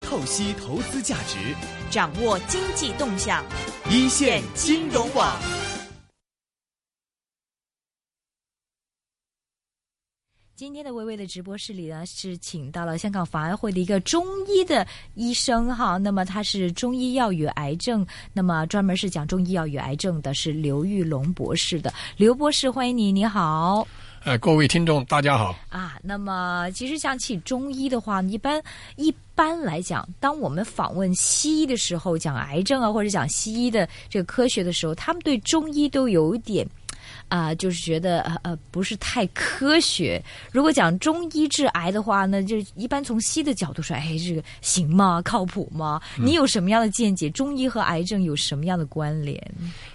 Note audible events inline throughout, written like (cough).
透析投资价值，掌握经济动向，一线金融网。今天的微微的直播室里呢，是请到了香港法爱会的一个中医的医生哈，那么他是中医药与癌症，那么专门是讲中医药与癌症的，是刘玉龙博士的。刘博士，欢迎你，你好。呃，各位听众，大家好。啊，那么其实讲起中医的话，一般一般来讲，当我们访问西医的时候，讲癌症啊，或者讲西医的这个科学的时候，他们对中医都有一点。啊、就是觉得呃呃不是太科学。如果讲中医治癌的话呢，就一般从西的角度说，哎，这个行吗？靠谱吗？你有什么样的见解？中医和癌症有什么样的关联？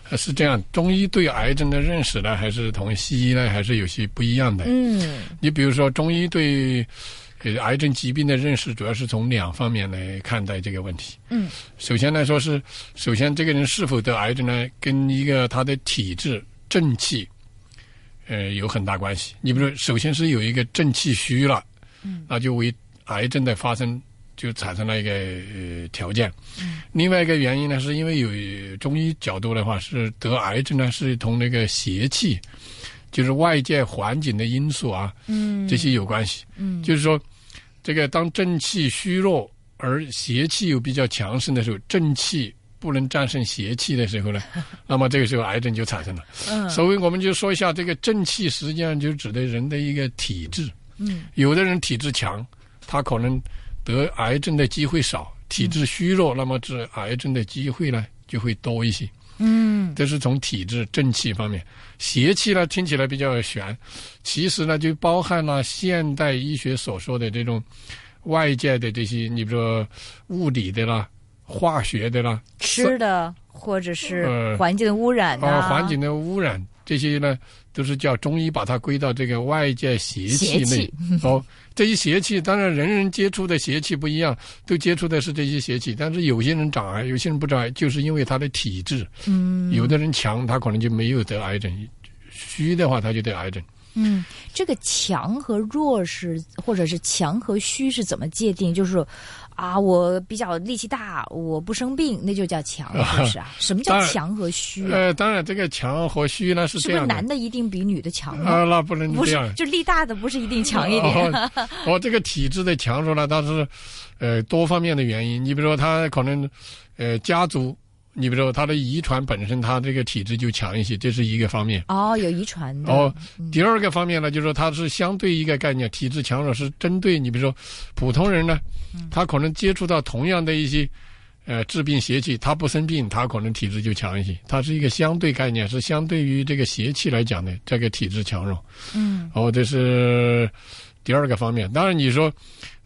呃是这样，中医对癌症的认识呢，还是同西医呢，还是有些不一样的。嗯你比如说，中医对呃癌症疾病的认识，主要是从两方面来看待这个问题。嗯，首先来说是，首先这个人是否得癌症呢，跟一个他的体质、正气，呃，有很大关系。你比如说，首先是有一个正气虚了，嗯，那就为癌症的发生就产生了一个呃条件。嗯，另外一个原因呢，是因为有呃中医角度的话，是得癌症呢是同那个邪气，就是外界环境的因素啊，嗯这些有关系。嗯就是说，这个当正气虚弱而邪气又比较强盛的时候，正气不能战胜邪气的 (laughs) 时候呢，那么这个时候癌症就产生了。嗯所以我们就说一下，这个正气实际上就指的人的一个体质。嗯有的人体质强，他可能得癌症的机会少；体质虚弱，那么治癌症的机会呢就会多一些。嗯这是从体质正气方面，邪气呢听起来比较玄，其实呢就包含了现代医学所说的这种外界的这些，你比如说物理的啦、化学的啦、吃的或者是呃环境的污染呐、啊、环境的污染这些呢，都是叫中医把它归到这个外界邪气邪内气。哦，这些邪气当然人人接触的邪气不一样，都接触的是这些邪气，但是有些人长癌，有些人不长癌，就是因为他的体质。嗯有的人强，他可能就没有得癌症；虚的话，他就得癌症。嗯，这个强和弱是，或者是强和虚是怎么界定？就是啊，我比较力气大，我不生病，那就叫强，是不是啊？什么叫当然强和虚啊？呃，当然，这个强和虚呢是是这不是样的男的一定比女的强呢？啊，那不能不这样是，。就力大的不是一定强一点。哦，哦这个体质的强弱呢，它是呃多方面的原因。你比如说，他可能呃家族，你比如说他的遗传本身，他这个体质就强一些，这是一个方面。哦，有遗传的。哦，第二个方面呢，就是说它是相对一个概念，体质强弱是针对你，比如说普通人呢，嗯他可能接触到同样的一些呃治病邪气，他不生病，他可能体质就强一些。它是一个相对概念，是相对于这个邪气来讲的这个体质强弱。嗯哦，这是第二个方面。当然，你说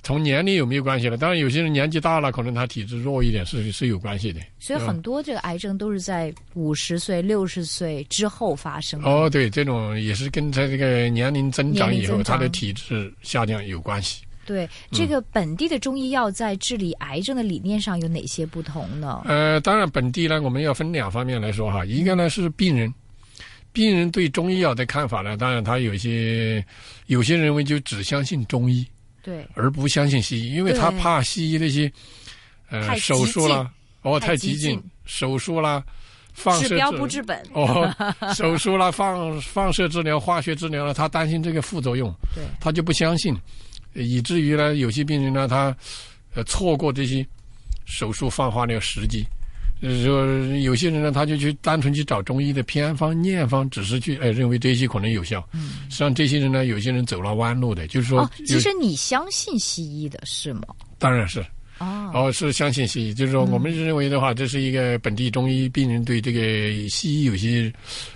从年龄有没有关系了？当然，有些人年纪大了，可能他体质弱一点是是有关系的。所以很多这个癌症都是在五十岁、六十岁之后发生的。哦，对，这种也是跟他这个年龄增长以年龄后增长他的体质下降有关系。对，这个本地的中医药在治理癌症的理念上有哪些不同呢？呃，当然，本地呢，我们要分两方面来说哈，一个呢是病人。病人对中医药的看法呢，当然他有些有些认为就只相信中医，对，而不相信西医，因为他对怕西医那些呃太激手术啦，哦，太太激激进进，手术啦，放射治治标不治本。哦，手术啦，放放射治疗、化学治疗啦，他担心这个副作用，对，他就不相信，呃以至于呢，有些病人呢，他呃错过这些手术、放化疗时机。呃说有些人呢，他就去单纯去找中医的偏方、验方，只是去哎认为这些可能有效。嗯，实际上这些人呢，有些人走了弯路的，就是说有，哦，其实你相信西医的是吗？当然是哦，嗯哦，是相信西医，就是说我们认为的话，这是一个本地中医病人对这个西医有些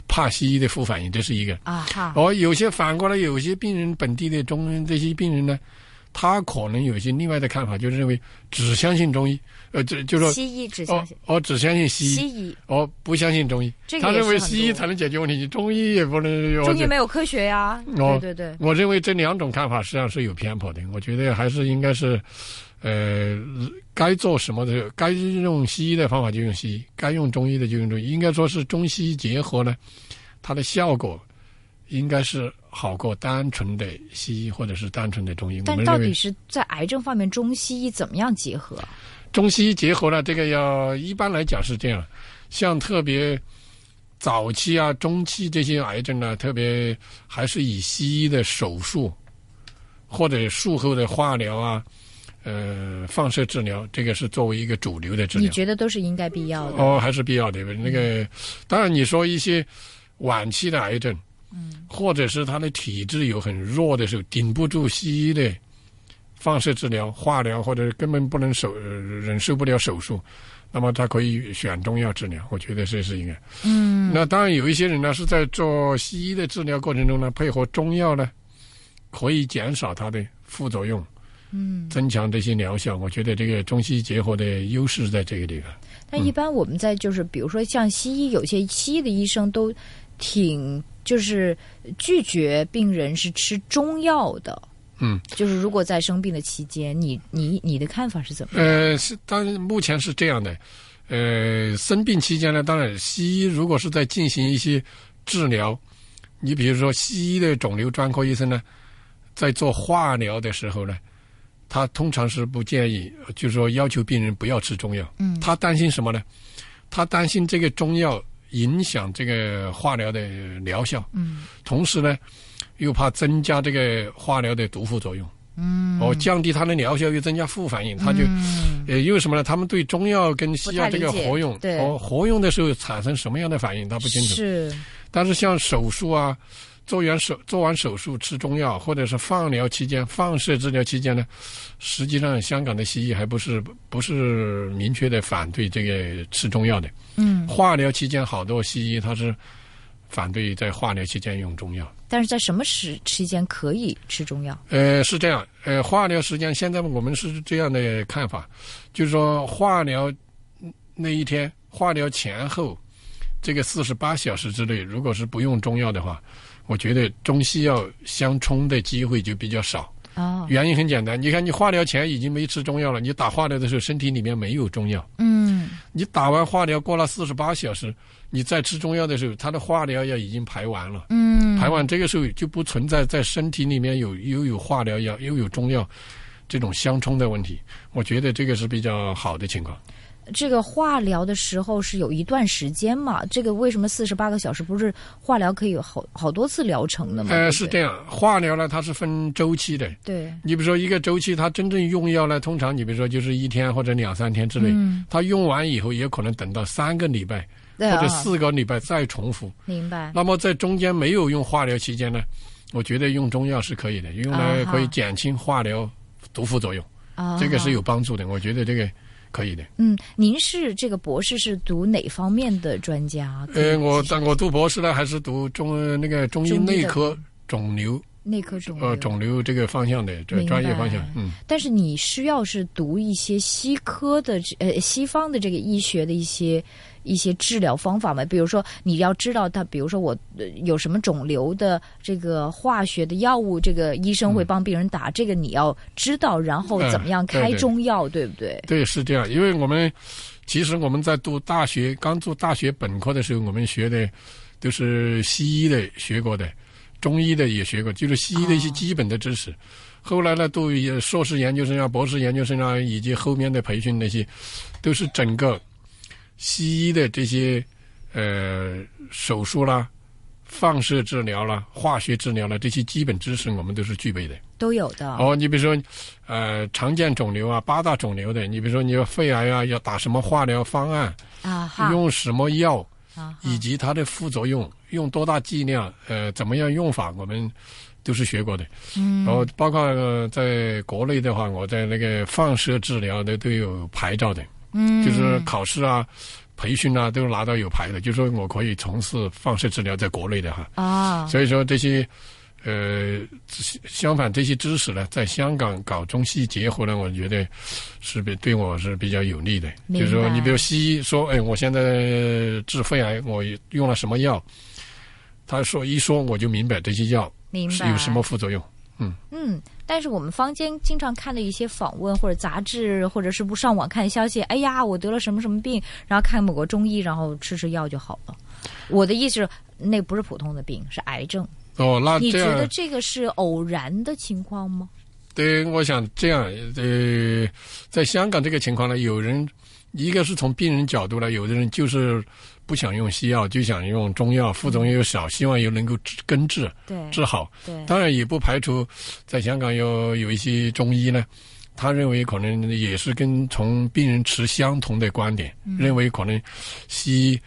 怕西医的副反应，这是一个。啊哈，哦，有些反过来，有些病人本地的中这些病人呢，他可能有一些另外的看法，就是认为只相信中医，呃，这就说西医只相哦信哦只相信西西医，医，哦不相信中医，这个他也认为是很西医多才能解决问题，中医也不能。中我医没有科学呀。对哦对对，我认为这两种看法实际上是有偏颇的。我觉得还是应该是，呃，该做什么的，该用西医的方法就用西医，该用中医的就用中医。应该说是中西医结合呢，它的效果应该是好过单纯的西医或者是单纯的中医。我但们到认为底是在癌症方面，中西医怎么样结合？中西医结合呢，这个要一般来讲是这样，像特别早期啊、中期这些癌症呢，特别还是以西医的手术或者术后的化疗啊、呃放射治疗，这个是作为一个主流的治你疗。觉得都是应该必要的？哦，还是必要的。那个，当然你说一些晚期的癌症，嗯，或者是他的体质有很弱的时候，顶不住西医的放射治疗、化疗，或者根本不能手呃忍受不了手术，那么他可以选中药治疗。我觉得这是应该。嗯，那当然有一些人呢是在做西医的治疗过程中呢，配合中药呢，可以减少它的副作用。嗯，增强这些疗效，我觉得这个中西医结合的优势在这个地方。但一般我们在就是比如说像西医，有些西医的医生都挺就是拒绝病人是吃中药的。嗯，就是如果在生病的期间，你你你的看法是怎么样？呃，是，当然目前是这样的。呃，生病期间呢，当然西医如果是在进行一些治疗，你比如说西医的肿瘤专科医生呢，在做化疗的时候呢，他通常是不建议，就是说要求病人不要吃中药。嗯，他担心什么呢？他担心这个中药影响这个化疗的疗效。嗯，同时呢，又怕增加这个化疗的毒副作用。嗯，哦，降低它的疗效，又增加副反应，他就，嗯呃，因为什么呢？他们对中药跟西药这个不太理解活用，对哦，活用的时候产生什么样的反应，他不清楚。是，但是像手术啊，做完手做完手术吃中药，或者是放疗期间、放射治疗期间呢，实际上香港的西医还不是不是明确的反对这个吃中药的。嗯，化疗期间好多西医他是反对在化疗期间用中药。但是在什么时期间可以吃中药？呃，是这样，呃，化疗时间现在我们是这样的看法，就是说化疗那一天，化疗前后这个四十八小时之内，如果是不用中药的话，我觉得中西药相冲的机会就比较少。哦，原因很简单，你看你化疗前已经没吃中药了，你打化疗的时候身体里面没有中药，嗯，你打完化疗过了四十八小时，你再吃中药的时候，它的化疗药已经排完了。嗯，排完这个时候就不存在在身体里面有又有化疗药又有中药这种相冲的问题。我觉得这个是比较好的情况。这个化疗的时候是有一段时间嘛？这个为什么四十八个小时不是化疗可以有好好多次疗程的嘛？呃，对不是对这样，化疗呢它是分周期的。对，你比如说一个周期，它真正用药呢，通常你比如说就是一天或者两三天之内，嗯它用完以后也可能等到三个礼拜对或啊者，四个礼拜再重复。明白。那么在中间没有用化疗期间呢，我觉得用中药是可以的，用来啊哈可以减轻化疗毒副作用，啊，这个是有帮助的。我觉得这个可以的。嗯，您是这个博士是读哪方面的专家？可以呃，我介绍但我读博士呢，还是读中呃那个中嗯医中医的内科肿瘤内科肿瘤，呃肿瘤这个方向的这明白专业方向，嗯。但是你需要是读一些西科的这呃西方的这个医学的一些一些治疗方法嘛？比如说你要知道它，比如说我、呃有什么肿瘤的这个化学的药物，这个医生会帮病人打，这个你要知道，然后嗯怎么样对开对中药，对不对？对，是这样，因为我们其实我们在读大学，刚读大学本科的时候，我们学的都是西医的学过的，中医的也学过，就是西医的一些基本的知识。后来呢，读也硕士研究生啊、博士研究生啊，以及后面的培训那些，都是整个西医的这些呃手术啦、放射治疗啦、化学治疗啦这些基本知识，我们都是具备的。都有的。哦，你比如说，呃，常见肿瘤啊，八大肿瘤的，你比如说你要肺癌啊，要打什么化疗方案，啊哈用什么药，啊哈以及它的副作用，用多大剂量，呃，怎么样用法，我们都是学过的。嗯，然后包括、呃在国内的话，我在那个放射治疗的都有牌照的，嗯，就是考试啊、培训啊都拿到有牌的，就说我可以从事放射治疗，在国内的哈。啊，所以说这些，呃，相相反这些知识呢，在香港搞中西结合呢，我觉得是比对我是比较有利的。就明白是说，你比如西医说，哎，我现在治肺癌，我用了什么药？他说一说我就明白这些药明是白有什么副作用。嗯，但是我们坊间经常看的一些访问或者杂志，或者是不上网看消息，哎呀，我得了什么什么病，然后看某个中医，然后吃吃药就好了。我的意思是，那不是普通的病，是癌症。哦，那你这觉样得这个是偶然的情况吗？对，我想这样，呃，在香港这个情况呢，有人一个是从病人角度呢，有的人就是不想用西药，就想用中药，副作用又少，希望又能够治根治对治好。对，当然也不排除在香港有有一些中医呢，他认为可能也是跟从病人持相同的观点，嗯认为可能西医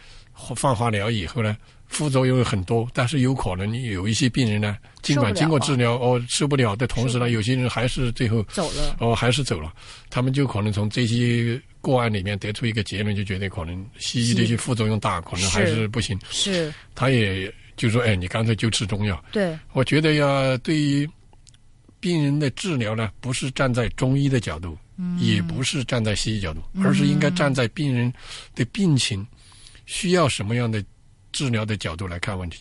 放化疗以后呢。副作用很多，但是有可能有一些病人呢，尽管受经不了过啊治疗哦受不了的同时呢，有些人还是最后走了。哦，还是走了，他们就可能从这些个案里面得出一个结论，就觉得可能西医的一些副作用大，可能还是不行。是，他也就说，哎，你干脆就吃中药。对，我觉得呀，对于病人的治疗呢，不是站在中医的角度，也不是站在西医角度，而是应该站在病人的病情需要什么样的治疗的角度来看问题。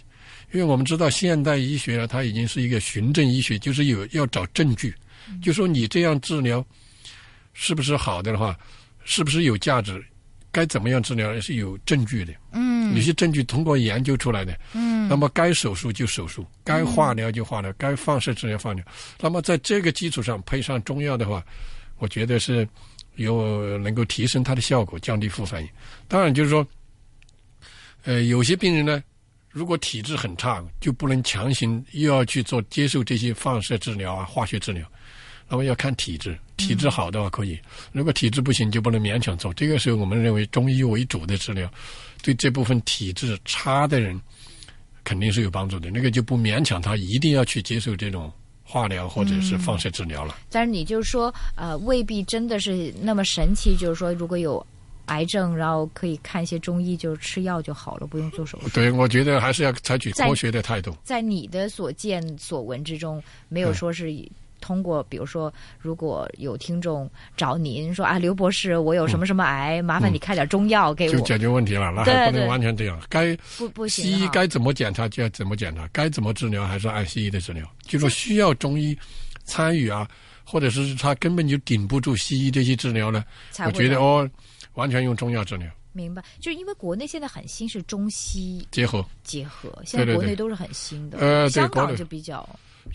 因为我们知道现代医学啊，它已经是一个循证医学，就是有要找证据，就说你这样治疗是不是好的的话，是不是有价值，该怎么样治疗是有证据的。有些证据通过研究出来的。嗯，那么该手术就手术，该化疗就化疗，该放射治疗放疗。那么在这个基础上配上中药的话，我觉得是有能够提升它的效果，降低副反应。当然就是说，呃，有些病人呢。如果体质很差，就不能强行又要去做接受这些放射治疗啊、化学治疗，那么要看体质。体质好的话可以，如果体质不行就不能勉强做。这个时候我们认为中医为主的治疗，对这部分体质差的人肯定是有帮助的。那个就不勉强他一定要去接受这种化疗或者是放射治疗了。但是你就是说，呃，未必真的是那么神奇。就是说，如果有癌症，然后可以看一些中医，就是吃药就好了，不用做手术。对，我觉得还是要采取在科学的态度。在你的所见所闻之中，没有对说是通过，比如说，如果有听众找您说啊，刘博士，我有什么什么癌，麻烦你开点中药给就我，解决问题了，那对还不对能完全这样。该不不行啊西医哈该怎么检查就要怎么检查，该怎么治疗还是按西医的治疗。就说需要中医参与啊，或者是他根本就顶不住西医这些治疗呢，才我会觉得让哦，完全用中药治疗明白。就是因为国内现在很兴是中西结合。结合，现在对对国内对都是很兴的，呃对香国港内就比较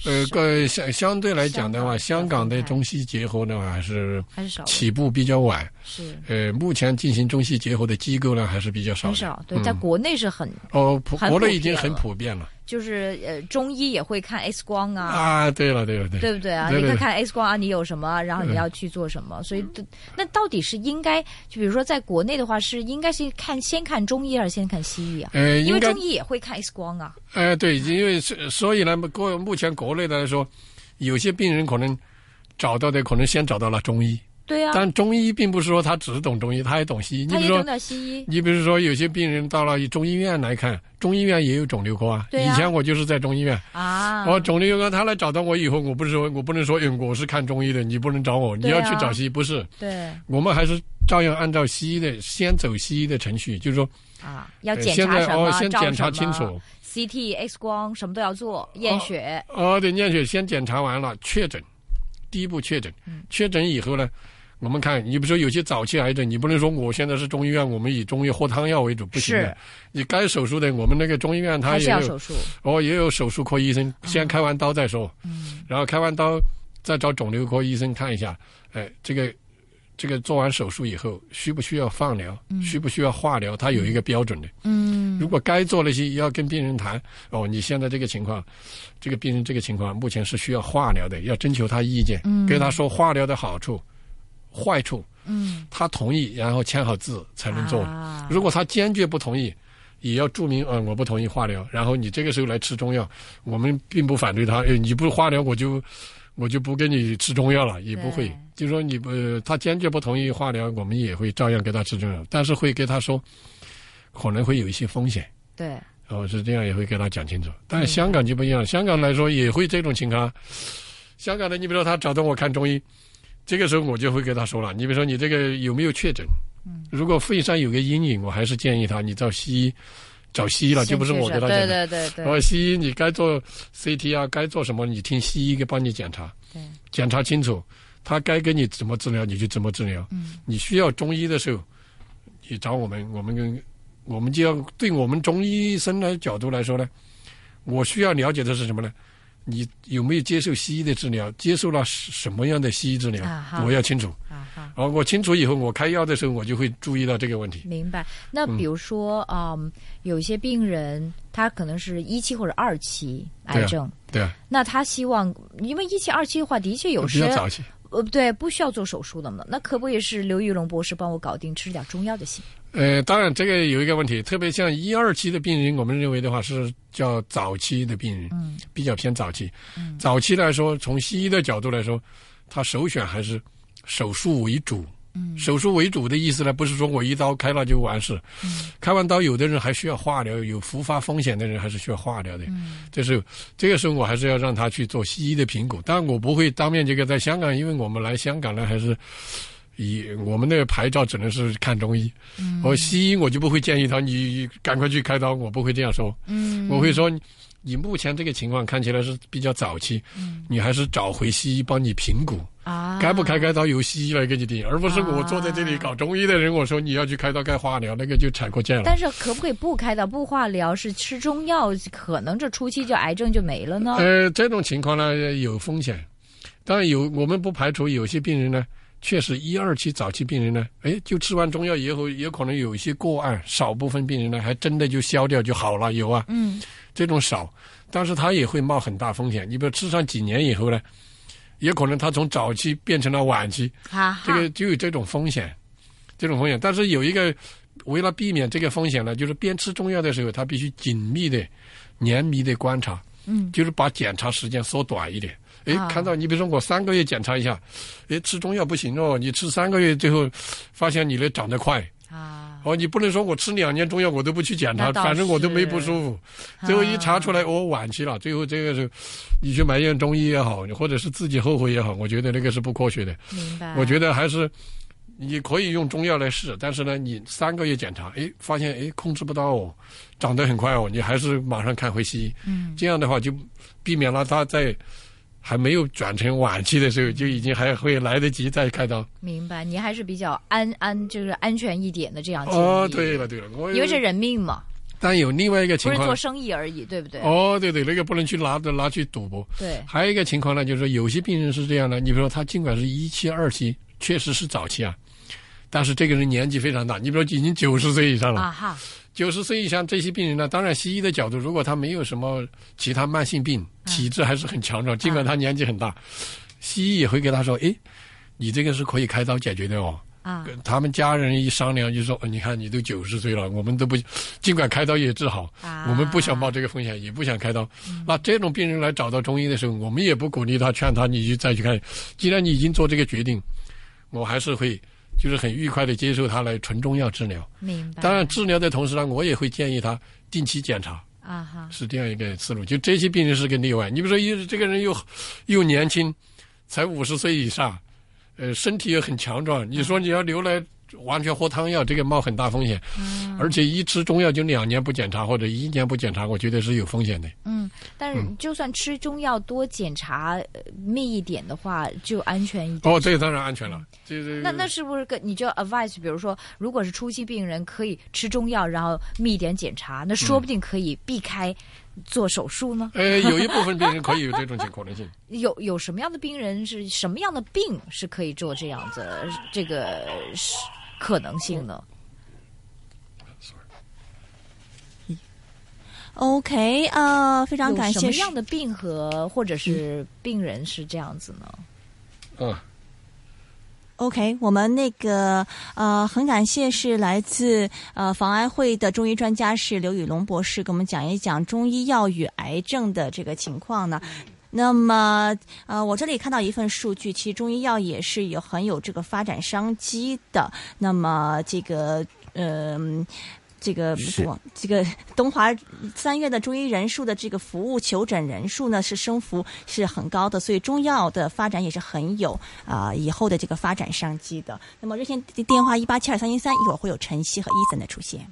呃，少个相相对来讲的话，香香港港的的状态中西结合呢还是还是少了，起步比较晚。是。呃，目前进行中西结合的机构呢还是比较少很的。少，对，嗯在国内是很，哦，普很国普内已经遍很了普遍了就是呃，中医也会看 X 光啊，啊！对了，对了，对了对不对啊？对你对看对看 X 光啊，你有什么，然后你嗯要去做什么，所以这那到底是应该，就比如说在国内的话，是应该是看先看中医还是先看西医啊？呃，因应为该中医也会看 X 光啊，呃，对，因为是所以呢，国目前国内的来说，有些病人可能找到的可能先找到了中医，对啊，但中医并不是说他只懂中医，他也懂西医。你他比也如懂说，点西医，你比如说有些病人到了中医院来看，中医院也有肿瘤科啊。对啊以前我就是在中医院，啊，我肿瘤科他来找到我以后，我不是说我不能说，嗯，我是看中医的，你不能找我，你对啊要去找西医，不是，对我们还是照样按照西医的，先走西医的程序，就是说啊，要呃检现查在什哦么，先照检查什清么楚，CT、X 光什么都要做，验血，哦，对，验血先检查完了，确诊，第一步确诊，嗯确诊以后呢，我们看，你比如说有些早期癌症，你不能说我现在是中医院，我们以中医或汤药为主，不行是的。你该手术的，我们那个中医院它还是也要有手，术，哦，也有手术科医生，先开完刀再说，嗯然后开完刀再找肿瘤科医生看一下，哎，这个。这个做完手术以后，需不需要放疗？需不需要化疗？它有一个标准的。嗯，如果该做那些，要跟病人谈哦，你现在这个情况，这个病人这个情况目前是需要化疗的，要征求他意见，跟他说化疗的好处、坏处，嗯，他同意，然后签好字才能做。啊如果他坚决不同意，也要注明，嗯，我不同意化疗。然后你这个时候来吃中药，我们并不反对他，哎，你不化疗，我就我就不给你吃中药了，也不会对。就说你不、呃他坚决不同意化疗，我们也会照样给他吃中药，但是会给他说，可能会有一些风险。对，哦，是这样，也会给他讲清楚。嗯但是香港就不一样，香港来说也会这种情况。香港的，你比如说他找到我看中医，这个时候我就会给他说了，你比如说你这个有没有确诊？嗯如果肺上有个阴影，我还是建议他你找西医，找西医了，就不是先我确给他诊讲对的。对对对，哦，西医你该做 CT 啊，该做什么，你听西医给帮你检查对，检查清楚，他该给你怎么治疗你就怎么治疗。嗯你需要中医的时候，你找我们，我们跟我们就要对我们中医医生的角度来说呢，我需要了解的是什么呢？你有没有接受西医的治疗？接受了什什么样的西医治疗？啊哈哎我要清楚。啊哈，啊，我清楚以后，我开药的时候，我就会注意到这个问题。明白。那比如说，嗯，有一些病人他可能是一期或者二期癌对啊症，对啊，那他希望，因为一期、二期的话，的确有比些较早期。呃，对，不需要做手术的嘛。那可不也是刘玉龙博士帮我搞定，吃点中药就行。呃，当然这个有一个问题，特别像一二期的病人，我们认为的话是叫早期的病人，嗯，比较偏早期。早期来说，从西医的角度来说，他首选还是手术为主。嗯，手术为主的意思呢，不是说我一刀开了就完事，开完刀有的人还需要化疗，有复发风险的人还是需要化疗的。嗯，这时候这个时候我还是要让他去做西医的评估，但我不会当面这个在香港，因为我们来香港呢还是以我们那个牌照只能是看中医，我西医我就不会建议他你赶快去开刀，我不会这样说，嗯我会说你你目前这个情况看起来是比较早期，你还是找回西医帮你评估，嗯啊，该不该开刀由西医来给你定，而不是我坐在这里搞中医的人，我说你要去开刀该化疗，那个就踩过界了。但是可不可以不开刀、不化疗，是吃中药，可能这初期就癌症就没了呢？呃，这种情况呢有风险，当然有，我们不排除有些病人呢，确实一二期早期病人呢，哎，就吃完中药以后，也可能有一些个案，少部分病人呢，还真的就消掉就好了，有啊，嗯，这种少，但是他也会冒很大风险。你比如吃上几年以后呢，也可能他从早期变成了晚期，哈哈，这个就有这种风险，这种风险。但是有一个，为了避免这个风险呢，就是边吃中药的时候，他必须紧密的、严密的观察，嗯，就是把检查时间缩短一点。哎啊，看到你比如说我三个月检查一下，哎，吃中药不行哦，你吃三个月最后发现你的长得快，啊，哦，你不能说我吃两年中药我都不去检那查，倒反正我都是没不舒服。最后一查出来，我晚期了。最后这个是，你去埋怨中医也好，或者是自己后悔也好，我觉得那个是不科学的。明白。我觉得得还是你可以用中药来试，但是呢，你三个月检查，哎，发现哎控制不到哦，长得很快哦，你还是马上看回西医。嗯，这样的话就避免了他在还没有转成晚期的时嗯候就已经还会来得及再开刀。明白，您还是比较安安，就是安全一点的这样建议哦，对，了对了，我因为这人命嘛，但有另外一个不情是况做。生意而已，对不对？哦，对对，那个不能去拿着拿去赌博。对，还有一个情况呢，就是说有些病人是这样的，你比如说他尽管是一期、二期，确实是早期啊，但是这个人年纪非常大，你比如说已经九十岁以上了，啊哈，九十岁以上这些病人呢，当然西医的角度，如果他没有什么其他慢性病，体质还是很强壮，尽管他年纪很大，西医也会给他说，诶，你这个是可以开刀解决的哦。啊，跟他们家人一商量就说，呃你看你都九十岁了，我们都不，尽管开刀也治好，啊我们不想冒这个风险，也不想开刀。那这种病人来找到中医的时候，我们也不鼓励他、劝他你去再去看。既然你已经做这个决定，我还是会就是很愉快的接受他来纯中药治疗。明白。当然，治疗的同时呢，我也会建议他定期检查，啊哈，是这样一个思路。就这些病人是个例外，你比如说一这个人又又年轻，才五十岁以上，呃，身体又很强壮，你说你要留来完全喝汤药，这个冒很大风险，嗯而且一吃中药就两年不检查或者一年不检查，我觉得是有风险的。嗯，但是就算吃中药多检查呃密一点的话，就安全一点。哦，这个当然安全了，这这那那是不是跟你就 advice？比如说，如果是初期病人，可以吃中药，然后密一点检查，嗯那说不定可以避开做手术呢。呃，有一部分病人可以有这种情可能性。有有什么样的病人是什么样的病是可以做这样子这个是可能性呢？ OK，呃，非常有感什谢么。嗯样的病和或者是病人是这样子呢？嗯， OK，我们那个呃，很感谢是来自呃防癌会的中医专家是刘宇龙博士，给我们讲一讲中医药与癌症的这个情况呢。那么，呃，我这里看到一份数据，其实中医药也是有很有这个发展商机的。那么，这个，嗯、这个是广这个东华三月的中医人数的这个服务求诊人数呢是升幅是很高的，所以中药的发展也是很有啊、以后的这个发展商机的。那么热线电话一八七二三一三，一会儿会有晨曦和伊森的出现。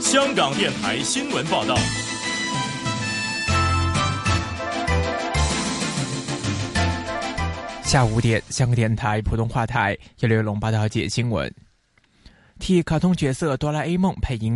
香港电台新闻报道，下午五点，香港电台普通话台由刘龙报道解新闻。替卡通角色哆啦 A 梦配音。